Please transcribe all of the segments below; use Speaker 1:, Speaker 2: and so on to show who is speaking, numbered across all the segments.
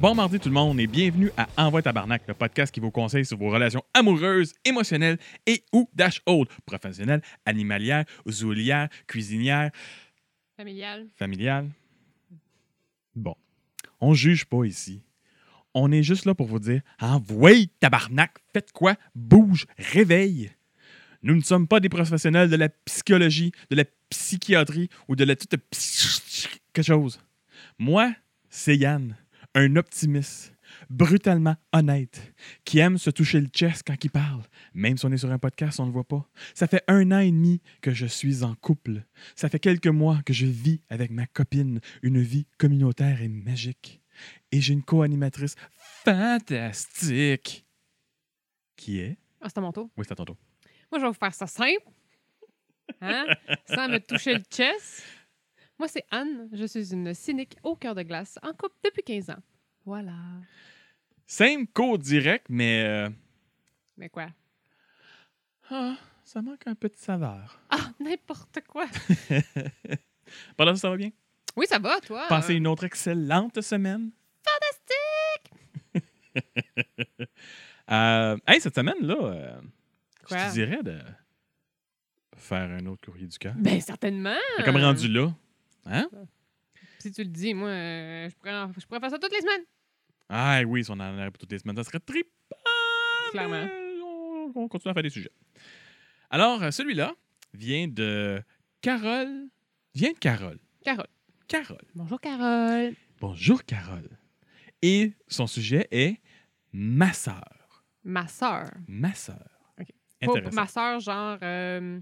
Speaker 1: Bon mardi tout le monde et bienvenue à Envoi Tabarnak, le podcast qui vous conseille sur vos relations amoureuses, émotionnelles et ou dash autres, professionnelles, animalières, zoolières, cuisinières,
Speaker 2: Familial.
Speaker 1: familiales. Bon, on juge pas ici. On est juste là pour vous dire Envoyez Tabarnak, faites quoi, bouge, réveille. Nous ne sommes pas des professionnels de la psychologie, de la psychiatrie ou de la toute psy- quelque chose. Moi, c'est Yann, un optimiste, brutalement honnête, qui aime se toucher le chest quand il parle. Même si on est sur un podcast, on ne le voit pas. Ça fait un an et demi que je suis en couple. Ça fait quelques mois que je vis avec ma copine une vie communautaire et magique. Et j'ai une co-animatrice fantastique. Qui est?
Speaker 2: Ah, c'est à mon tour.
Speaker 1: Oui, c'est à ton tour.
Speaker 2: Moi, je vais vous faire ça simple. Hein? Sans me toucher le chest. Moi, c'est Anne. Je suis une cynique au cœur de glace, en couple depuis 15 ans. Voilà.
Speaker 1: Same cours direct, mais euh,
Speaker 2: Mais quoi?
Speaker 1: ah, ça manque un peu de saveur.
Speaker 2: Ah, n'importe quoi.
Speaker 1: Pendant ça, ça va bien?
Speaker 2: Oui, ça va, toi?
Speaker 1: Passez une autre excellente semaine. Fantastique! euh, hey, cette semaine-là, euh, je
Speaker 2: Quoi?
Speaker 1: te dirais de faire un autre courrier du cœur.
Speaker 2: Ben, certainement.
Speaker 1: Mais Comme rendu là. Hein?
Speaker 2: Si tu le dis, moi, euh, je, pourrais, en- je pourrais faire ça toutes les semaines.
Speaker 1: Ah oui, si on en allait pour toutes les semaines, ça serait trippant. mais
Speaker 2: Clairement.
Speaker 1: On, on continue à faire des sujets. Alors, euh, celui-là vient de Carole. Vient de Carole.
Speaker 2: Carole.
Speaker 1: Carole.
Speaker 2: Bonjour, Carole.
Speaker 1: Bonjour, Carole. Et son sujet est ma sœur.
Speaker 2: Ma sœur.
Speaker 1: Ma sœur.
Speaker 2: Ok. Pas
Speaker 1: Intéressant.
Speaker 2: ma sœur, genre euh,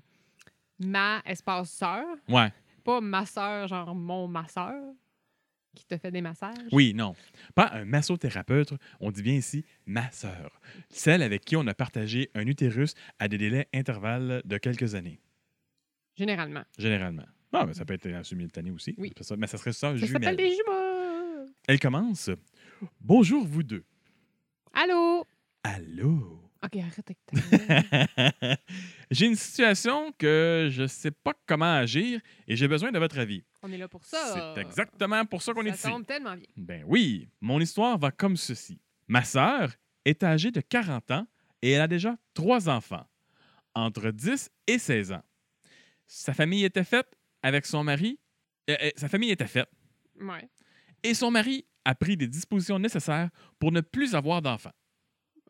Speaker 2: ma espace sœur.
Speaker 1: Ouais.
Speaker 2: Pas ma sœur, genre mon masseur qui te fait des massages.
Speaker 1: Oui, non. Pas un massothérapeute, on dit bien ici ma sœur. Celle avec qui on a partagé un utérus à des délais intervalles de quelques années,
Speaker 2: Généralement.
Speaker 1: généralement. Non, mais ça peut être euh, en simultané aussi.
Speaker 2: Oui.
Speaker 1: Ça- Mais ça serait ça,
Speaker 2: Ça s'appelle
Speaker 1: jumelle.
Speaker 2: des jumeaux.
Speaker 1: Elle commence. Bonjour, vous deux.
Speaker 2: Allô?
Speaker 1: Allô?
Speaker 2: OK, arrête avec ta-
Speaker 1: J'ai une situation que je ne sais pas comment agir et j'ai besoin de votre avis.
Speaker 2: On est là pour ça.
Speaker 1: C'est exactement pour ça qu'on est ici.
Speaker 2: Ça tombe tellement bien.
Speaker 1: Ben oui, mon histoire va comme ceci. Ma sœur est âgée de 40 ans et elle a déjà trois enfants, entre 10 et 16 ans. Sa famille était faite avec son mari. euh, euh, sa famille était faite
Speaker 2: Ouais.
Speaker 1: et son mari a pris des dispositions nécessaires pour ne plus avoir d'enfants.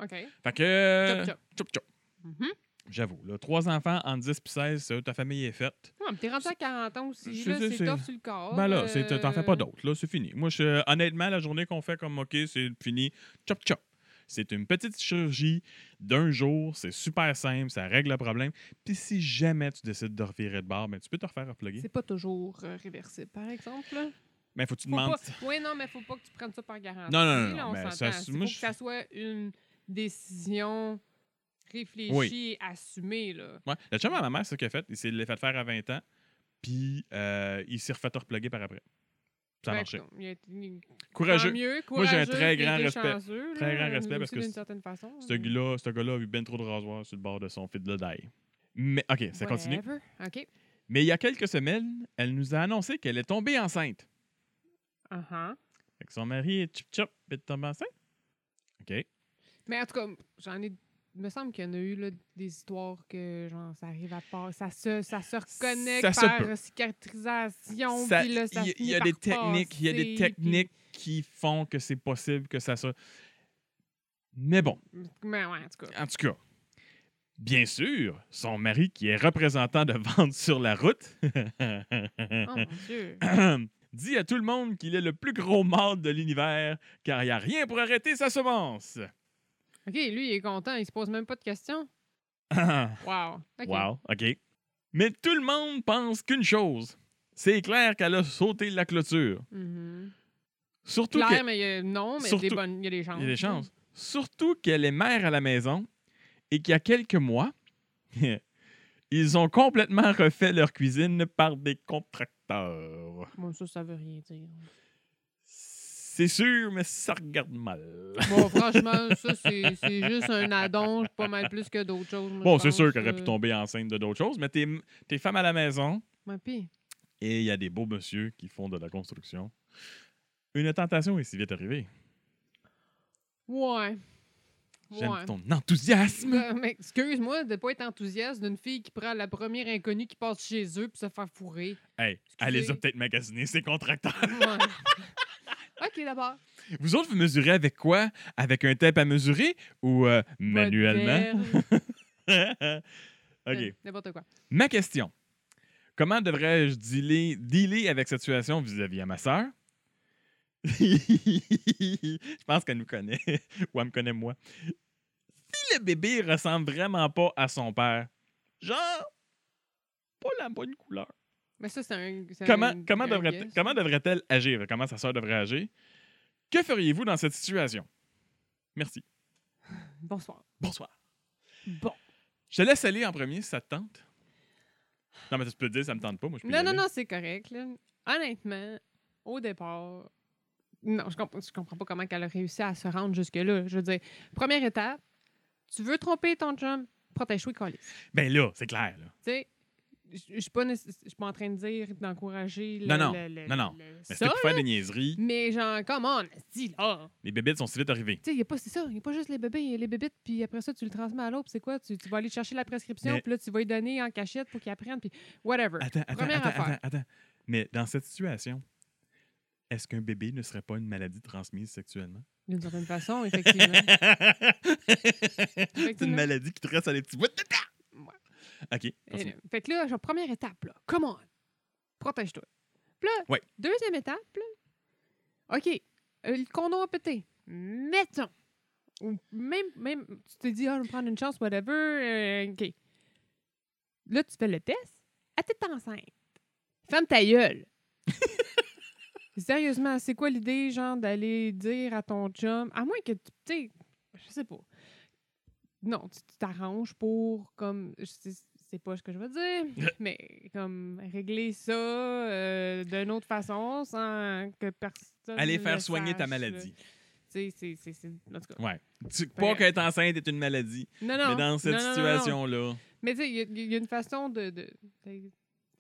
Speaker 2: OK.
Speaker 1: Fait que.
Speaker 2: Chop, chop.
Speaker 1: Chop, chop.
Speaker 2: Mhm.
Speaker 1: J'avoue, là, trois enfants entre 10 et 16, ça, ta famille est faite.
Speaker 2: Ouais, mais t'es rendu à 40 ans aussi.
Speaker 1: C'est-
Speaker 2: là,
Speaker 1: c'est-
Speaker 2: C'est
Speaker 1: c'est-
Speaker 2: tough sur le corps.
Speaker 1: Ben là, c'est- t'en fais pas
Speaker 2: Oh, euh,
Speaker 1: d'autres, là, c'est fini. Moi, je- honnêtement, la journée qu'on fait comme OK, c'est fini, chop chop. C'est une petite chirurgie d'un jour, c'est super simple, ça règle le problème. Puis si jamais tu décides de revirer de bord, ben, tu peux te refaire reploguer.
Speaker 2: C'est pas toujours euh, réversible, par exemple. là.
Speaker 1: Mais faut que tu
Speaker 2: Faut
Speaker 1: demandes.
Speaker 2: pas... Oui, non, mais faut pas que tu prennes ça par garantie.
Speaker 1: Non, non, non,
Speaker 2: là,
Speaker 1: non,
Speaker 2: on
Speaker 1: mais
Speaker 2: s'entend.
Speaker 1: ça,
Speaker 2: C'est-
Speaker 1: moi,
Speaker 2: faut
Speaker 1: je-
Speaker 2: que ça soit une décision réfléchie et assumée. Là.
Speaker 1: Ouais. Le chum à ma mère, c'est ce qu'il a fait. Il s'est fait faire à 20 ans, puis euh, il s'est refait reploguer par après. Ça a
Speaker 2: Ouais,
Speaker 1: marché.
Speaker 2: non, il a été-
Speaker 1: Courageux.
Speaker 2: Tant mieux,
Speaker 1: Moi, j'ai un
Speaker 2: courageux,
Speaker 1: très
Speaker 2: il a
Speaker 1: grand
Speaker 2: été
Speaker 1: respect.
Speaker 2: chanceux,
Speaker 1: Très
Speaker 2: là,
Speaker 1: grand respect
Speaker 2: aussi,
Speaker 1: parce que
Speaker 2: d'une
Speaker 1: c'est-
Speaker 2: certaine façon.
Speaker 1: Ce gars-là ce gars-là a eu ben trop de rasoirs sur le bord de son fil de d'ail. Mais OK, ça continue.
Speaker 2: Whatever. OK.
Speaker 1: Mais il y a quelques semaines, elle nous a annoncé qu'elle est tombée enceinte.
Speaker 2: Uh-huh.
Speaker 1: Fait que son mari est chip chip est tombé enceinte. OK.
Speaker 2: Mais en tout cas, j'en ai. Il me semble qu'il y en a eu là, des histoires que genre ça arrive à part, ça se, ça se reconnecte
Speaker 1: Ça se
Speaker 2: par
Speaker 1: peut.
Speaker 2: cicatrisation,
Speaker 1: Ça-
Speaker 2: puis là, ça
Speaker 1: il y-
Speaker 2: finit
Speaker 1: il y a
Speaker 2: par
Speaker 1: des techniques, il y a des
Speaker 2: passer, puis-
Speaker 1: techniques qui font que c'est possible que ça soit. Mais bon,
Speaker 2: Mais Ben ouais, en tout cas.
Speaker 1: en tout cas, bien sûr, son mari qui est représentant de vente sur la route
Speaker 2: Oh mon Dieu.
Speaker 1: dit à tout le monde qu'il est le plus gros mâle de l'univers car il n'y a rien pour arrêter sa semence.
Speaker 2: OK, lui, il est content, il se pose même pas de questions. Wow. OK.
Speaker 1: Wow, OK. Mais tout le monde pense qu'une chose. C'est clair qu'elle a sauté la clôture.
Speaker 2: Mhm.
Speaker 1: Surtout
Speaker 2: Claire,
Speaker 1: que-
Speaker 2: mais il y a- non, mais il y a des
Speaker 1: Surtout-
Speaker 2: bonnes, il y a des chances.
Speaker 1: il y a des chances. Surtout qu'elle est mère à la maison et qu'il y a quelques mois, ils ont complètement refait leur cuisine par des contracteurs.
Speaker 2: Bon, ça, ça veut rien dire.
Speaker 1: C'est sûr, mais ça regarde mal.
Speaker 2: Bon, franchement, ça, c'est c'est juste un addon, pas mal plus que d'autres choses. moi,
Speaker 1: Bon,
Speaker 2: je
Speaker 1: c'est
Speaker 2: pense,
Speaker 1: sûr qu'elle aurait pu
Speaker 2: euh,
Speaker 1: tomber enceinte de d'autres choses, mais t'es t'es femme à la maison,
Speaker 2: ouais, pis,
Speaker 1: Et il y a des beaux messieurs qui font de la construction. Une tentation est si vite arrivée.
Speaker 2: Ouais.
Speaker 1: J'aime
Speaker 2: Ouais.
Speaker 1: ton enthousiasme.
Speaker 2: Ben, mais excuse-moi de ne pas être enthousiaste d'une fille qui prend la première inconnue qui passe chez eux puis se faire fourrer.
Speaker 1: Hey, allez-y peut-être magasiner ces contracteurs.
Speaker 2: Ouais. OK, d'abord.
Speaker 1: Vous autres, vous mesurez avec quoi? Avec un tape à mesurer ou euh, manuellement?
Speaker 2: Moderne.
Speaker 1: OK.
Speaker 2: N'importe quoi.
Speaker 1: Ma question. Comment devrais-je dealer, dealer avec cette situation vis-à-vis à ma sœur? Je pense qu'elle nous connaît. Ou elle me connaît moi. Si le bébé ressemble vraiment pas à son père, genre pas la bonne couleur.
Speaker 2: Mais ça, c'est un. c'est
Speaker 1: Comment,
Speaker 2: un-
Speaker 1: comment
Speaker 2: un
Speaker 1: devrait
Speaker 2: Ben, guess.
Speaker 1: comment devrait-elle agir? Comment sa sœur devrait agir? Que feriez-vous dans cette situation? Merci.
Speaker 2: Bonsoir.
Speaker 1: Bonsoir.
Speaker 2: Bon.
Speaker 1: Je te laisse aller en premier si ça te tente. Non, mais tu peux te dire, ça me tente pas. Moi, je peux y
Speaker 2: Non,
Speaker 1: aller.
Speaker 2: non, non, c'est correct. là. Honnêtement, au départ, non, je comprends, je comprends pas comment elle a réussi à se rendre jusque-là. Je veux dire, première étape, tu veux tromper ton chum, protège-toi, colis.
Speaker 1: Ben là, c'est clair. Là.
Speaker 2: Tu sais, je je suis pas, nécess- je suis pas en train de dire d'encourager le,
Speaker 1: Non, non,
Speaker 2: le- le-
Speaker 1: non, non.
Speaker 2: le-
Speaker 1: Mais
Speaker 2: ça,
Speaker 1: c'était pour faire des niaiseries.
Speaker 2: mais genre, come on, dis là.
Speaker 1: Les bébites sont si vite arrivées.
Speaker 2: Tu sais, y a pas- c'est ça, il n'y a pas juste les bébés, y a les bébites, puis après ça, tu le transmets à l'autre, puis c'est quoi? Tu, tu vas aller chercher la prescription,
Speaker 1: Mais- Ah.
Speaker 2: puis là, tu vas lui donner en cachette pour qu'il apprenne, puis whatever.
Speaker 1: Attends, attends,
Speaker 2: Première
Speaker 1: attends,
Speaker 2: affaire.
Speaker 1: attends, attends. Mais dans cette situation, est-ce qu'un bébé ne serait pas une maladie transmise sexuellement?
Speaker 2: D'une certaine façon, effectivement.
Speaker 1: c'est une
Speaker 2: Effectivement.
Speaker 1: maladie qui te reste à des petits bouts de temps.
Speaker 2: Ouais.
Speaker 1: OK.
Speaker 2: Et
Speaker 1: continue.
Speaker 2: là, Euh, fait que là, genre, première étape, là, come on, protège-toi. Puis là,
Speaker 1: Ouais.
Speaker 2: deuxième étape, là, OK, euh, le condom a pété, mettons. Ou même, même, tu t'es dit, ah, je vais prendre une chance, whatever, euh, OK. Là, tu fais le test, ah, t'es enceinte. Ferme ta gueule. Sérieusement, c'est quoi l'idée, genre, d'aller dire à ton chum, à moins que tu, tu sais, je sais pas. Non, tu tu t'arranges pour, comme, je sais, c'est pas ce que je veux dire, mais comme régler ça euh, d'une autre façon sans que personne.
Speaker 1: Allez
Speaker 2: le
Speaker 1: faire soigner ta
Speaker 2: sache, là.
Speaker 1: maladie.
Speaker 2: Tu sais, c'est- c'est. c'est- En tout cas.
Speaker 1: Ouais. Tu-
Speaker 2: Ouais.
Speaker 1: Pas qu'être enceinte est une maladie.
Speaker 2: Non, non.
Speaker 1: mais dans cette
Speaker 2: non, non, non, non.
Speaker 1: situation-là.
Speaker 2: Mais tu sais, il y a- il y, a une façon de, de, de-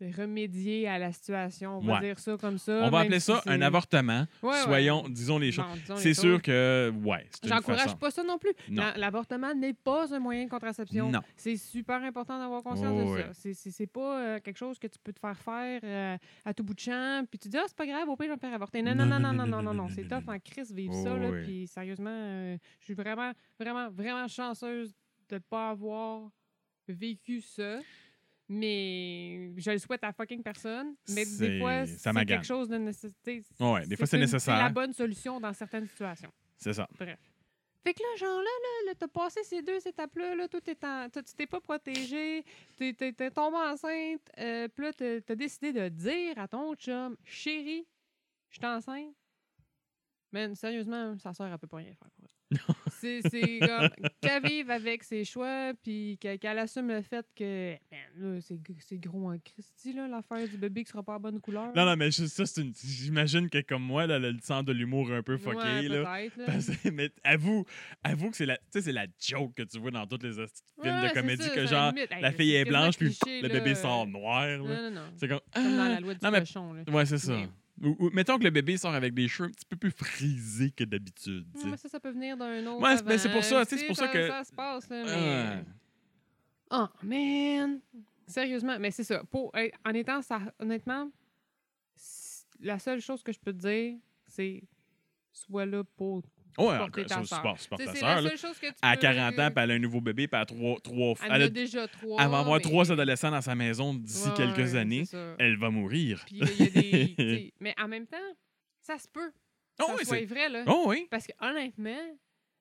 Speaker 2: de remédier à la situation. On
Speaker 1: Ouais.
Speaker 2: va dire ça comme ça.
Speaker 1: On va
Speaker 2: même
Speaker 1: appeler
Speaker 2: si
Speaker 1: ça
Speaker 2: c'est-
Speaker 1: un avortement.
Speaker 2: Ouais, ouais.
Speaker 1: Soyons, disons les choses.
Speaker 2: Bon, disons les
Speaker 1: c'est
Speaker 2: choses.
Speaker 1: sûr que, ouais, c'est une façon.
Speaker 2: J'encourage pas ça non plus.
Speaker 1: Non.
Speaker 2: La- L'avortement n'est pas un moyen de contraception.
Speaker 1: Non.
Speaker 2: C'est super important d'avoir conscience
Speaker 1: Oh,
Speaker 2: de
Speaker 1: ouais.
Speaker 2: ça. C'est- C'est c'est pas euh, quelque chose que tu peux te faire faire euh, à tout bout de champ, puis tu dis, ah, c'est pas grave, au pire, je vais me faire avorter. Non, non, non, non, non, non, non, non. C'est
Speaker 1: non,
Speaker 2: tough en crise vivre
Speaker 1: Oh,
Speaker 2: ça, là,
Speaker 1: ouais.
Speaker 2: puis sérieusement, euh, je suis vraiment, vraiment, vraiment chanceuse de pas avoir vécu ça. Mais je le souhaite à fucking personne. Mais
Speaker 1: C'est-
Speaker 2: des fois,
Speaker 1: ça
Speaker 2: c'est
Speaker 1: m'agane.
Speaker 2: quelque chose de nécessité.
Speaker 1: Ouais, des fois, c'est
Speaker 2: une-
Speaker 1: nécessaire.
Speaker 2: C'est la bonne solution dans certaines situations.
Speaker 1: C'est ça.
Speaker 2: Fait que là, genre là, là, là, t'as passé ces deux étapes-là, là, tout est en- t'as- tu t'es pas protégé, t'es, t'es- t'es tombé enceinte, euh, puis là, t'as, t'as décidé de dire à ton chum, chérie, je suis enceinte. Man, sérieusement, sa sœur, elle peut pas rien faire pour elle. c'est, c'est comme qu'elle vive avec ses choix, puis que- qu'elle assume le fait que, man, là, c'est, g- c'est gros en Christie, là, l'affaire du bébé qui sera pas à bonne couleur.
Speaker 1: Non, non, mais je- ça, c'est une. J'imagine que, comme moi, là, le sens de l'humour un peu fucké,
Speaker 2: Ouais,
Speaker 1: là.
Speaker 2: peut-être, là.
Speaker 1: Parce que- mais avoue, avoue que c'est la, tu sais, c'est la joke que tu vois dans toutes les hosties de films
Speaker 2: Ouais,
Speaker 1: de
Speaker 2: c'est
Speaker 1: comédie
Speaker 2: ça,
Speaker 1: que
Speaker 2: c'est la
Speaker 1: genre
Speaker 2: limite. Hey,
Speaker 1: la fille
Speaker 2: c'est
Speaker 1: est blanche puis
Speaker 2: quasiment cliché,
Speaker 1: le
Speaker 2: là.
Speaker 1: bébé sort noir. là.
Speaker 2: Non, non, non.
Speaker 1: C'est comme,
Speaker 2: Comme dans
Speaker 1: ah!
Speaker 2: la loi du
Speaker 1: non, mais-
Speaker 2: cochon, là.
Speaker 1: Ouais, c'est ça. Ou, ou- mettons que le bébé sort avec des cheveux un petit peu plus frisés que d'habitude. tu sais.
Speaker 2: Ouais, mais ça, ça peut venir d'un autre.
Speaker 1: Ouais, c'est- ben, c'est pour
Speaker 2: avant.
Speaker 1: ça, tu sais, c'est pour ça
Speaker 2: comme
Speaker 1: que-
Speaker 2: Ça se passe, là,
Speaker 1: Ah.
Speaker 2: mais. Oh, man! Sérieusement, mais c'est ça. Pour, hey, en étant ça, honnêtement, s- la seule chose que je peux te dire, c'est sois là pour.
Speaker 1: Ouais,
Speaker 2: Supporter
Speaker 1: encore,
Speaker 2: ta
Speaker 1: ça,
Speaker 2: sœur.
Speaker 1: support- supporte
Speaker 2: Tu sais,
Speaker 1: ta
Speaker 2: C'est
Speaker 1: sœur,
Speaker 2: la
Speaker 1: là.
Speaker 2: seule chose que tu
Speaker 1: À
Speaker 2: peux-
Speaker 1: 40 ans, puis elle a un nouveau bébé, puis elle a trois, trois
Speaker 2: Elle en
Speaker 1: elle
Speaker 2: a
Speaker 1: a-
Speaker 2: déjà trois.
Speaker 1: elle va avoir
Speaker 2: mais-
Speaker 1: trois adolescents dans sa maison d'ici
Speaker 2: Ouais,
Speaker 1: quelques
Speaker 2: c'est
Speaker 1: années.
Speaker 2: ça.
Speaker 1: Elle va mourir.
Speaker 2: Puis là, il y a des. tu sais, mais en même temps, ça se peut.
Speaker 1: Oh
Speaker 2: ça
Speaker 1: oui,
Speaker 2: soit
Speaker 1: c'est-
Speaker 2: vrai, là.
Speaker 1: oh oui.
Speaker 2: Parce que honnêtement,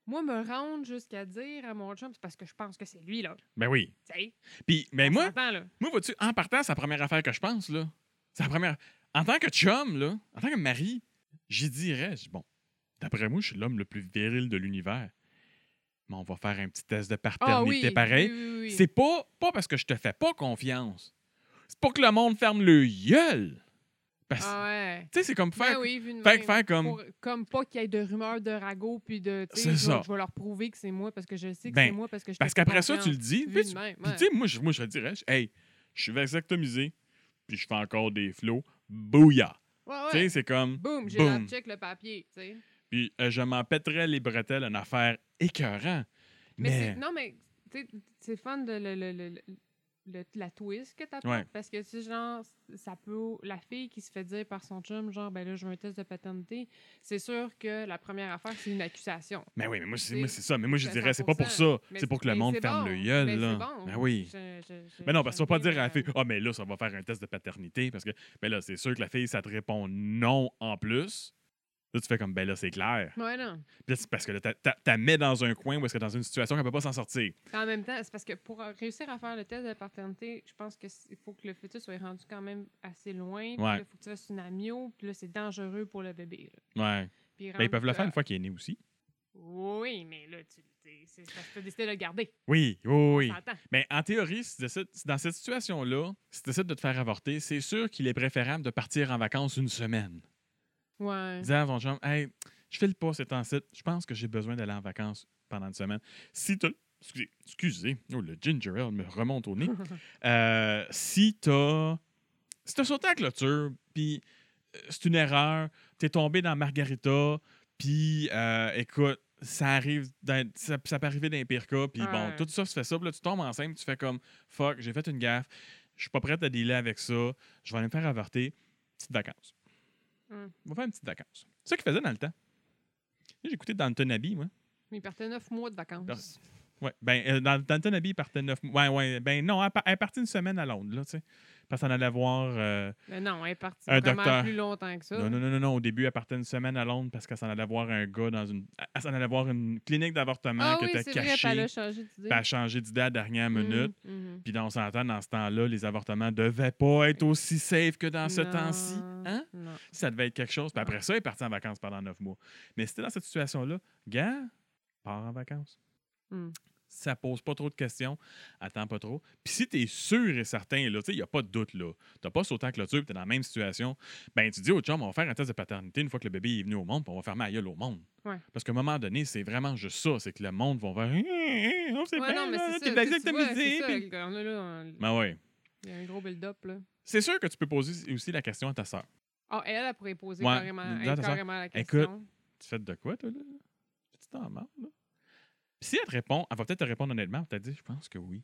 Speaker 2: moi, me rendre jusqu'à dire à mon chum, c'est parce que je pense que c'est lui, là.
Speaker 1: Ben oui.
Speaker 2: Tu sais,
Speaker 1: Puis, ben
Speaker 2: on
Speaker 1: moi,
Speaker 2: s'entend, là.
Speaker 1: Moi, vois-tu, en partant, c'est la première affaire que je pense, là. C'est la première. En tant que chum, là, en tant que mari, j'y dirais, je dis, bon, d'après moi, je suis l'homme le plus viril de l'univers. Mais on va faire un petit test de
Speaker 2: Ah
Speaker 1: paternité
Speaker 2: oui,
Speaker 1: pareil.
Speaker 2: oui, oui, oui.
Speaker 1: C'est pas, pas parce que je te fais pas confiance. C'est pas que le monde ferme le gueule. Parce
Speaker 2: Ah ouais.
Speaker 1: tu sais, c'est comme faire.
Speaker 2: Ben oui, vu de
Speaker 1: Fait
Speaker 2: même.
Speaker 1: que faire comme.
Speaker 2: Pour- comme pas qu'il y ait de rumeurs de ragots puis de. tu
Speaker 1: C'est
Speaker 2: sais, je vais-
Speaker 1: ça.
Speaker 2: Je vais leur prouver que c'est moi parce que je sais que
Speaker 1: Ben,
Speaker 2: c'est moi parce que je.
Speaker 1: Parce
Speaker 2: te fais
Speaker 1: qu'après ça, tu le
Speaker 2: confiance.
Speaker 1: dis.
Speaker 2: Vu
Speaker 1: puis
Speaker 2: de
Speaker 1: tu-
Speaker 2: même,
Speaker 1: puis
Speaker 2: ouais.
Speaker 1: tu sais, moi, je, moi, je le dirais, je- hey, je suis vasectomisé, puis je fais encore des flots. Bouillard.
Speaker 2: Ouais, ouais.
Speaker 1: Tu sais, c'est comme.
Speaker 2: Boum, j'ai
Speaker 1: boum.
Speaker 2: la check le papier, tu sais.
Speaker 1: Puis euh, je m'en pèterais les bretelles, une affaire écœurant. Mais,
Speaker 2: Mais, c'est- non, mais tu sais, c'est fun de le, le- le- le- le- la twist que t'apportes.
Speaker 1: Ouais.
Speaker 2: Parce que, tu sais, genre, ça peut. La fille qui se fait dire par son chum, genre, ben là, je veux un test de paternité, c'est sûr que la première affaire, c'est une accusation.
Speaker 1: mais oui, mais moi, c'est
Speaker 2: c'est-
Speaker 1: moi, c'est ça. Mais moi, je
Speaker 2: c'est
Speaker 1: dirais, c'est pas pour ça.
Speaker 2: 100%.
Speaker 1: C'est pour que le monde ferme le gueule, là. Ben oui. Mais non, parce qu'on va pas dire à la fille, ah, mais là, ça va faire un test de paternité, parce que, ben là, c'est sûr que la fille, ça te répond non en plus. Là, tu fais comme, ben là, c'est clair.
Speaker 2: euh, Ouais, non.
Speaker 1: Puis là, c'est parce que là, t'a- t'a- t'as mets dans un coin où est-ce que dans une situation qu'elle peut pas s'en sortir.
Speaker 2: En même temps, c'est parce que pour euh, réussir à faire le test de paternité, je pense qu'il faut que le fœtus soit rendu quand même assez loin. Puis
Speaker 1: Ouais.
Speaker 2: là, faut que tu fasses une amio, puis là, c'est dangereux pour le bébé. là.
Speaker 1: Ouais.
Speaker 2: Puis
Speaker 1: Ben, ils peuvent le
Speaker 2: rendu-
Speaker 1: faire une fois qu'il est né aussi.
Speaker 2: Oui, mais là, tu t'es- c'est parce que tu as décidé de le garder.
Speaker 1: Oui, oui, oui.
Speaker 2: On s'entend.
Speaker 1: Mais en théorie, si tu décides- si dans cette situation-là, si tu décides de te faire avorter, c'est sûr qu'il est préférable de partir en vacances une semaine.
Speaker 2: Ouais.
Speaker 1: Dis à ton chum, hey, je file pas cet site, je pense que j'ai besoin d'aller en vacances pendant une semaine. Si tu. Excusez, excusez, oh, le ginger ale me remonte au nez. Euh, si t'as. Si t'as sauté à la clôture, puis euh, c'est une erreur, t'es tombé dans Margarita, puis euh, écoute, ça arrive, dans- ça, ça peut arriver dans les pires cas, puis bon,
Speaker 2: Ouais.
Speaker 1: tout ça se fait ça, puis là, tu tombes enceinte, tu fais comme fuck, j'ai fait une gaffe, je suis pas prête à dealer avec ça, je vais aller me faire avorter, petite vacances.
Speaker 2: Mm.
Speaker 1: On va faire une petite vacance. C'est ça qu'ils faisaient dans le temps. J'écoutais dans le Tonabi, moi.
Speaker 2: Mais il partait neuf mois de vacances.
Speaker 1: Par- Ouais, ben, euh, dans, dans le Tonabi, il partait neuf mois. Ouais, ouais, ben non, elle, pa- elle est partie une semaine à Londres, là, tu sais. Parce qu'on allait voir. euh,
Speaker 2: Mais non, elle est partie
Speaker 1: Un
Speaker 2: vraiment
Speaker 1: docteur.
Speaker 2: plus longtemps que ça.
Speaker 1: Non, non, non, non, non, au début, elle partait une semaine à Londres parce qu'elle s'en allait voir un gars dans une. Elle s'en allait voir une clinique d'avortement
Speaker 2: ah
Speaker 1: qui
Speaker 2: oui,
Speaker 1: était
Speaker 2: c'est vrai, puis elle
Speaker 1: cachée.
Speaker 2: a changé d'idée.
Speaker 1: Puis elle a changé d'idée à la dernière minute.
Speaker 2: Mhm, mhm.
Speaker 1: Puis dans son temps, dans ce temps-là, les avortements devaient pas être aussi safe que dans ce
Speaker 2: Non,
Speaker 1: temps-ci. Hein?
Speaker 2: Non.
Speaker 1: Ça devait être quelque chose. Puis après ça, elle est partie en vacances pendant neuf mois. Mais si t'es dans cette situation-là, gars, pars en vacances.
Speaker 2: Mm.
Speaker 1: Ça pose pas trop de questions. Attends pas trop. Puis si t'es sûr et certain, là, il n'y a pas de doute, là. T'as pas sauté en clôture, puis t'es dans la même situation. Ben, tu dis au chum, on va faire un test de paternité une fois que le bébé est venu au monde, puis on va fermer la gueule au monde.
Speaker 2: Ouais.
Speaker 1: Parce qu'à un moment donné, c'est vraiment juste ça. C'est que le monde va faire. Hum, hum, on sait
Speaker 2: Ouais,
Speaker 1: pas,
Speaker 2: non, mais
Speaker 1: là,
Speaker 2: c'est ça.
Speaker 1: t'es
Speaker 2: tu
Speaker 1: basé
Speaker 2: sais,
Speaker 1: avec ta
Speaker 2: tu vois,
Speaker 1: musique,
Speaker 2: c'est ça,
Speaker 1: puis-
Speaker 2: le gars, là, là, on-
Speaker 1: Ben ouais.
Speaker 2: Il y a un gros build-up, là.
Speaker 1: C'est sûr que tu peux poser aussi la question à ta sœur.
Speaker 2: Ah, elle, elle pourrait poser
Speaker 1: Ouais,
Speaker 2: carrément,
Speaker 1: dis à ta sœur,
Speaker 2: carrément la
Speaker 1: écoute,
Speaker 2: question.
Speaker 1: tu fais de quoi, toi, là? Tu t'en marres, là? Puis si elle te répond, elle va peut-être te répondre honnêtement, elle dit, je pense que oui.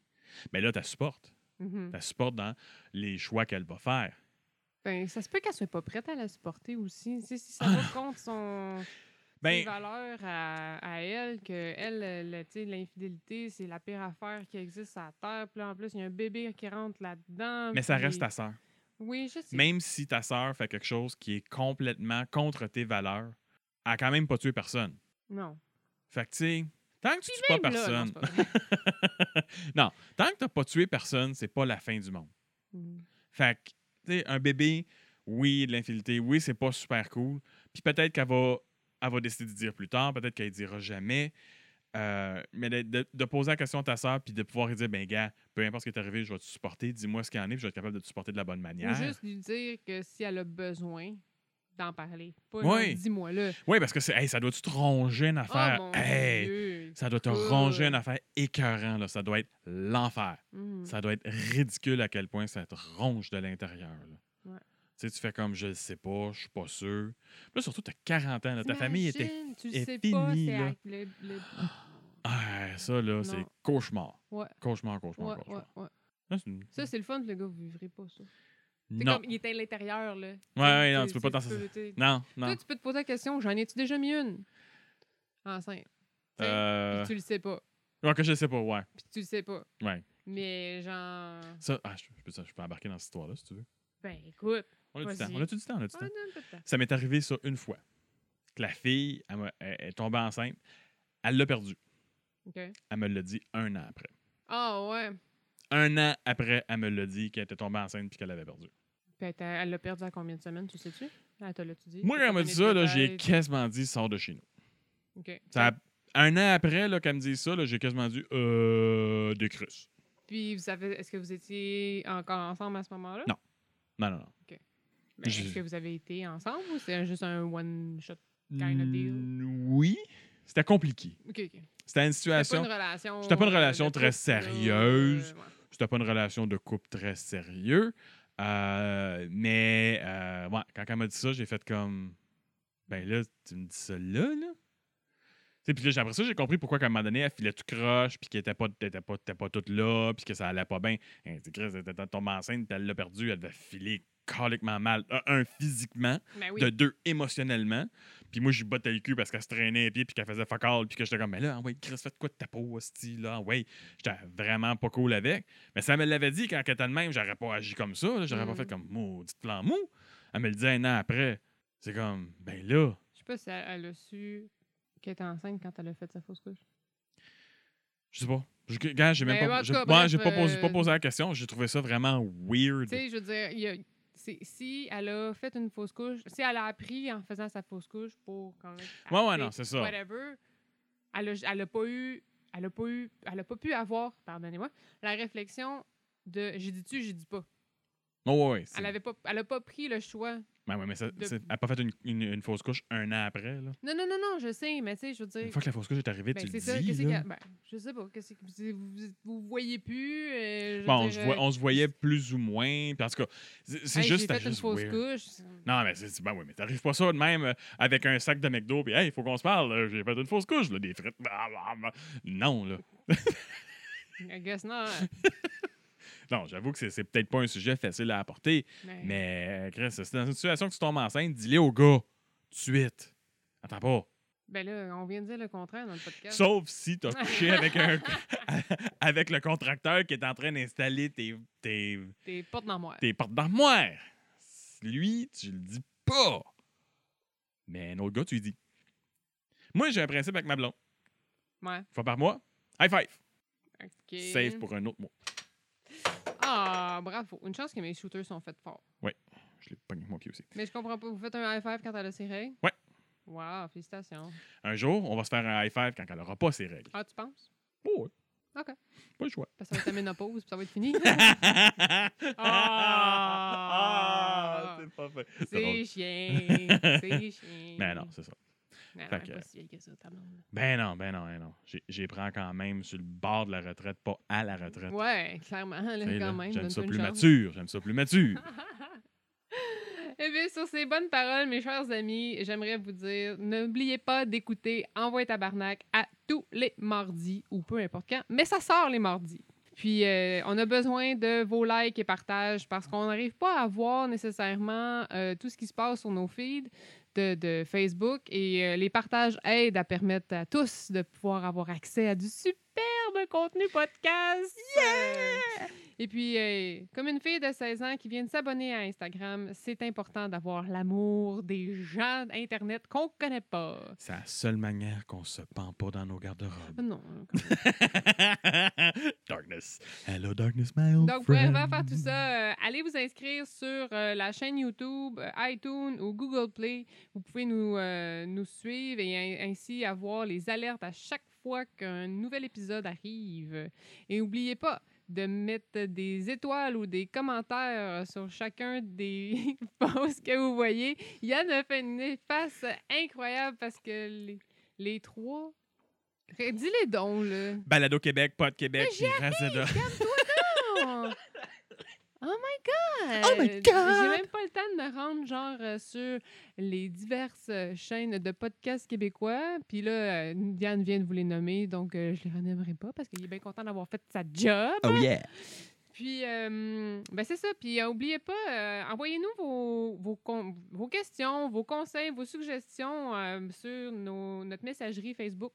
Speaker 1: Mais là, tu la supportes.
Speaker 2: Mhm.
Speaker 1: Tu la supportes dans les choix qu'elle va faire.
Speaker 2: Ben, ça se peut qu'elle soit pas prête à la supporter aussi. Tu sais, si ça va contre son... des
Speaker 1: Ben,
Speaker 2: valeurs à, à elle, que elle, euh, le- tu sais, l'infidélité, c'est la pire affaire qui existe sur la Terre. Puis là, en plus, il y a un bébé qui rentre là-dedans.
Speaker 1: mais ça
Speaker 2: puis-
Speaker 1: reste ta sœur.
Speaker 2: Oui, je sais.
Speaker 1: Même si ta sœur fait quelque chose qui est complètement contre tes valeurs, elle a quand même pas tué personne.
Speaker 2: Non.
Speaker 1: Fait que, tu sais, tant que tu tues pas
Speaker 2: Même là, non,
Speaker 1: personne,
Speaker 2: c'est pas vrai.
Speaker 1: non, tant que t'as pas tué personne, c'est pas la fin du monde.
Speaker 2: Mhm.
Speaker 1: Fait que, tu sais, un bébé, oui, de l'infidélité, oui, c'est pas super cool. Puis peut-être qu'elle va, elle va décider de dire plus tard, peut-être qu'elle dira jamais. Euh, mais de, de- de poser la question à ta soeur, puis de pouvoir lui dire, ben gars, peu importe ce qui est arrivé, je vais te supporter, dis-moi ce qu'il y en est, puis je vais être capable de te supporter de la bonne
Speaker 2: Ou
Speaker 1: manière.
Speaker 2: juste lui dire que si elle a besoin d'en parler. Pas
Speaker 1: Oui.
Speaker 2: genre, dis-moi là.
Speaker 1: Oui, parce que c'est- hey, ça doit te ronger une
Speaker 2: Oh
Speaker 1: affaire.
Speaker 2: mon
Speaker 1: hey,
Speaker 2: Dieu.
Speaker 1: ça doit te
Speaker 2: Euh.
Speaker 1: ronger une affaire écœurant, là. Ça doit être l'enfer.
Speaker 2: Mhm.
Speaker 1: Ça doit être ridicule à quel point ça te ronge de l'intérieur. là.
Speaker 2: Ouais.
Speaker 1: Tu sais, tu fais comme je le sais pas, je suis pas sûr. Puis là, surtout, t'as 40 ans, là, ta famille était.
Speaker 2: T'imagines, tu le
Speaker 1: est
Speaker 2: sais pas,
Speaker 1: finie,
Speaker 2: c'est
Speaker 1: là.
Speaker 2: à- le- le-
Speaker 1: Ah, ça, là, c'est
Speaker 2: Non.
Speaker 1: cauchemar.
Speaker 2: Ouais.
Speaker 1: Cauchemar, cauchemar,
Speaker 2: ouais,
Speaker 1: cauchemar.
Speaker 2: ouais, ouais.
Speaker 1: Là, c'est une-
Speaker 2: Ça, c'est le fun, le gars, vous vivrez pas ça. C'est
Speaker 1: non.
Speaker 2: comme, il est à l'intérieur, là.
Speaker 1: Ouais, ouais, non, tu peux pas t'en
Speaker 2: sortir.
Speaker 1: non, non.
Speaker 2: Toi, tu peux te poser la question, j'en ai-tu déjà mis une enceinte? tu sais,
Speaker 1: Euh,
Speaker 2: Puis tu le sais pas.
Speaker 1: ouais, que je sais pas, ouais.
Speaker 2: Puis tu le sais pas.
Speaker 1: Ouais.
Speaker 2: Mais genre,
Speaker 1: Ça, ah, je, je peux, je peux embarquer dans cette histoire-là, si tu veux.
Speaker 2: ben écoute,
Speaker 1: On a du temps.
Speaker 2: Vas-y.
Speaker 1: On a du temps, on a du
Speaker 2: on
Speaker 1: temps.
Speaker 2: donne un peu de temps.
Speaker 1: Ça m'est arrivé ça une fois. Que la fille, elle, m'a- elle- elle est tombée enceinte. Elle l'a perdue.
Speaker 2: OK.
Speaker 1: Elle me l'a dit un an après.
Speaker 2: Ah ouais.
Speaker 1: Un an après, elle me l'a dit qu'elle était tombée enceinte puis qu'elle l'avait perdue.
Speaker 2: Puis elle t'a- Ben, elle l'a perdu à combien de semaines, tu sais-tu? Elle te l'a-tu dit?
Speaker 1: Moi,
Speaker 2: T'as
Speaker 1: quand elle m'a
Speaker 2: pas
Speaker 1: dit
Speaker 2: donné
Speaker 1: ça,
Speaker 2: de
Speaker 1: là, j'ai
Speaker 2: détails?
Speaker 1: quasiment dit sors de chez nous.
Speaker 2: OK.
Speaker 1: Ça a- un an après là, qu'elle me dise ça, là, j'ai quasiment dit euh, des crus.
Speaker 2: Puis vous avez, est-ce que vous étiez encore ensemble à ce moment-là?
Speaker 1: Non. Non, non, non.
Speaker 2: Ben,
Speaker 1: Je-
Speaker 2: Est-ce que vous avez été ensemble ou c'est juste un one-shot? Kind of deal.
Speaker 1: Mm, Oui. C'était compliqué.
Speaker 2: OK, OK.
Speaker 1: C'était une
Speaker 2: C'était pas
Speaker 1: situation.
Speaker 2: une relation...
Speaker 1: C'était pas une
Speaker 2: euh, de
Speaker 1: relation
Speaker 2: couple,
Speaker 1: très
Speaker 2: là,
Speaker 1: sérieuse.
Speaker 2: euh, ouais.
Speaker 1: C'était pas une relation de couple très sérieux. Euh, mais euh, ouais, quand elle m'a dit ça, j'ai fait comme Ben là, tu me dis ça là, là? Tu sais, Puis là, j'ai- après ça, j'ai compris pourquoi, qu'à un moment donné, elle filait tout croche, puis qu'elle était pas, était pas, était pas toute là, puis que ça allait pas bien. Hein, tu sais, Chris, elle était tombée enceinte, puis elle l'a perdue, elle devait filer coliquement mal. De Un, physiquement,
Speaker 2: Ben oui.
Speaker 1: de deux, émotionnellement. Puis moi, je lui battais le cul parce qu'elle se traînait les pieds, puis qu'elle faisait fuck all, puis que j'étais comme, mais là, ah ouais, Chris, faites quoi de ta peau, hostie, là, Ah ouais. J'étais vraiment pas cool avec. Mais ça me l'avait dit quand elle était de même, j'aurais pas agi comme ça, là, j'aurais pas
Speaker 2: Mm.
Speaker 1: fait comme, maudit plan mou. Elle me le dit un an après. C'est comme, ben là.
Speaker 2: Je sais pas si elle, elle a su qu'elle était enceinte quand elle a fait sa fausse couche.
Speaker 1: Je sais pas. Je, gars, j'ai même
Speaker 2: Mais Ben, en
Speaker 1: pas,
Speaker 2: tout
Speaker 1: j'ai-
Speaker 2: cas,
Speaker 1: ouais,
Speaker 2: bref,
Speaker 1: j'ai pas, posé,
Speaker 2: euh,
Speaker 1: pas posé la question. J'ai trouvé ça vraiment weird.
Speaker 2: Tu sais, je veux dire, il y a- c'est- si elle a fait une fausse couche, si elle a appris en faisant sa fausse couche pour quand même.
Speaker 1: Ouais, ouais,
Speaker 2: tu sais,
Speaker 1: non, c'est ça.
Speaker 2: Whatever, elle a, elle a pas eu. Elle a pas eu. Elle a pas pu avoir, pardonnez-moi, la réflexion de j'ai dit-tu, j'ai dit pas.
Speaker 1: Oh, ouais, ouais, c'est-
Speaker 2: Elle avait pas, elle a pas pris le choix.
Speaker 1: Ouais, ouais, mais ça,
Speaker 2: de-
Speaker 1: c'est- elle a pas fait une, une- une fausse couche un an après. Là.
Speaker 2: Non, non, non, non, je sais, mais tu sais, je veux
Speaker 1: Une
Speaker 2: dire.
Speaker 1: fois que la fausse couche est arrivée,
Speaker 2: ben,
Speaker 1: tu le
Speaker 2: c'est ça,
Speaker 1: dis.
Speaker 2: qu'est-ce
Speaker 1: là.
Speaker 2: qu'elle- ben, je sais pas, qu'est-ce que vous, vous, vous voyez plus. euh, je veux
Speaker 1: Bon, on,
Speaker 2: dire,
Speaker 1: se voit-
Speaker 2: euh,
Speaker 1: on se voyait plus ou moins. Puis en tout cas, c'est c'est juste.
Speaker 2: hey, J'ai
Speaker 1: c'était
Speaker 2: fait une
Speaker 1: juste
Speaker 2: fausse
Speaker 1: weird.
Speaker 2: couche.
Speaker 1: Non, mais c'est c'est- ben oui, mais t'arrives pas ça de même euh, avec un sac de McDo. Puis, hey, faut qu'on se parle. là, J'ai fait une fausse couche, là, des frites. blablabla. Non, là.
Speaker 2: I guess not.
Speaker 1: Non, j'avoue que c'est- c'est peut-être pas un sujet facile à apporter.
Speaker 2: Mais,
Speaker 1: Mais, euh, Chris, c'est dans une situation que tu tombes enceinte, dis-le au gars, tout de suite. Attends pas.
Speaker 2: Ben là, on vient de dire le contraire dans le podcast.
Speaker 1: Sauf si t'as couché avec un avec le contracteur qui est en train d'installer tes, tes,
Speaker 2: T'es porte dans moi.
Speaker 1: tes portes d'armoire. Lui, tu le dis pas. Mais un autre gars, tu lui dis. Moi, j'ai un principe avec ma blonde.
Speaker 2: Ouais.
Speaker 1: Une fois par mois, high five.
Speaker 2: OK.
Speaker 1: Save pour un autre mois.
Speaker 2: Ah, bravo. Une chance que mes shooters sont faits fort.
Speaker 1: Je l'ai pogné avec mon pied aussi.
Speaker 2: Mais je comprends pas. Vous faites un high five quand elle a ses règles?
Speaker 1: Ouais.
Speaker 2: Wow, félicitations.
Speaker 1: Un jour, on va se faire un high five quand elle aura pas ses règles.
Speaker 2: Ah, tu penses?
Speaker 1: Oh, ouais.
Speaker 2: OK.
Speaker 1: Pas le choix.
Speaker 2: Parce que ça va être la ménopause, puis ça va être fini.
Speaker 1: ah!
Speaker 2: Ah!
Speaker 1: C'est pas fait. C'est drôle.
Speaker 2: C'est chien. C'est chien.
Speaker 1: Ben non, c'est ça.
Speaker 2: Non,
Speaker 1: fait
Speaker 2: elle est
Speaker 1: que-
Speaker 2: pas si vieille que ça, ta blonde.
Speaker 1: Ben non, ben non, ben non. J'ai- J'ai prends quand même sur le bord de la retraite, pas à la retraite.
Speaker 2: Ouais, clairement, là,
Speaker 1: Tu sais,
Speaker 2: quand
Speaker 1: là,
Speaker 2: même.
Speaker 1: J'aime ça
Speaker 2: donne-toi une
Speaker 1: plus
Speaker 2: chance.
Speaker 1: mature, j'aime ça plus mature.
Speaker 2: Eh bien, sur ces bonnes paroles, mes chers amis, j'aimerais vous dire, n'oubliez pas d'écouter Envoie Tabarnak à tous les mardis, ou peu importe quand, mais ça sort les mardis. Puis, euh, on a besoin de vos likes et partages parce qu'on n'arrive pas à voir nécessairement euh, tout ce qui se passe sur nos feeds de, de Facebook et euh, les partages aident à permettre à tous de pouvoir avoir accès à du superbe contenu podcast. Euh, et puis, euh, comme une fille de 16 ans qui vient de s'abonner à Instagram, c'est important d'avoir l'amour des gens d'Internet qu'on connaît pas.
Speaker 1: C'est la seule manière qu'on se pend pas dans nos garde-robes.
Speaker 2: Non.
Speaker 1: darkness. Hello, darkness, my old
Speaker 2: Donc, pour
Speaker 1: friend.
Speaker 2: arriver à faire tout ça, euh, allez vous inscrire sur euh, la chaîne YouTube, euh, iTunes ou Google Play. Vous pouvez nous, euh, nous suivre et ain- ainsi avoir les alertes à chaque fois qu'un nouvel épisode arrive. Et n'oubliez pas de mettre des étoiles ou des commentaires euh, sur chacun des posts que vous voyez. Yann a fait une face incroyable parce que les, les trois... Dis-les donc, là.
Speaker 1: Balado Québec, Pod Québec, puis Razeda.
Speaker 2: Oh Oh my god!
Speaker 1: Oh my
Speaker 2: J'ai
Speaker 1: God!
Speaker 2: même pas le temps de me rendre genre euh, sur les diverses euh, chaînes de podcasts québécois. Puis là, euh, Diane vient de vous les nommer, donc euh, je les renommerai pas parce qu'il est bien content d'avoir fait sa job.
Speaker 1: Oh yeah.
Speaker 2: Puis, euh, ben c'est ça. Puis, euh, oubliez pas, euh, envoyez-nous vos, vos, con- vos questions, vos conseils, vos suggestions euh, sur nos- notre messagerie Facebook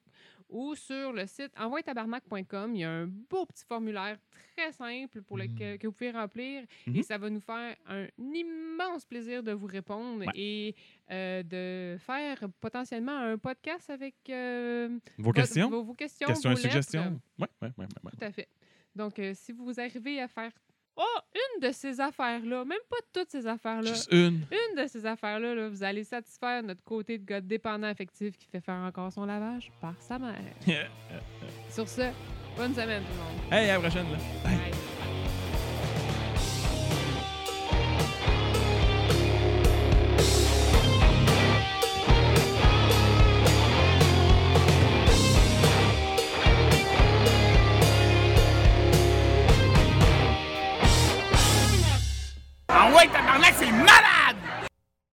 Speaker 2: ou sur le site envoyetabarnak.com. Il y a un beau petit formulaire très simple
Speaker 1: Mm.
Speaker 2: pour lequel que vous pouvez remplir et
Speaker 1: Mhm.
Speaker 2: ça va nous faire un immense plaisir de vous répondre
Speaker 1: Ouais.
Speaker 2: et euh, de faire potentiellement un podcast avec euh,
Speaker 1: Vos
Speaker 2: votre-
Speaker 1: questions?
Speaker 2: vos, vos questions,
Speaker 1: questions
Speaker 2: vos
Speaker 1: et
Speaker 2: lettres.
Speaker 1: suggestions? Ouais, ouais, ouais, ouais, ouais.
Speaker 2: Tout à fait. Donc, euh, si vous arrivez à faire oh, une de ces affaires-là, même pas toutes ces affaires-là,
Speaker 1: Juste une.
Speaker 2: une de ces affaires-là, là, vous allez satisfaire notre côté de gars dépendant affectif qui fait faire encore son lavage par sa mère. Sur ce, bonne semaine tout le monde.
Speaker 1: hey, à la prochaine, là. Bye.
Speaker 2: Bye.
Speaker 3: Ah ouais, tabarnak, c'est malade!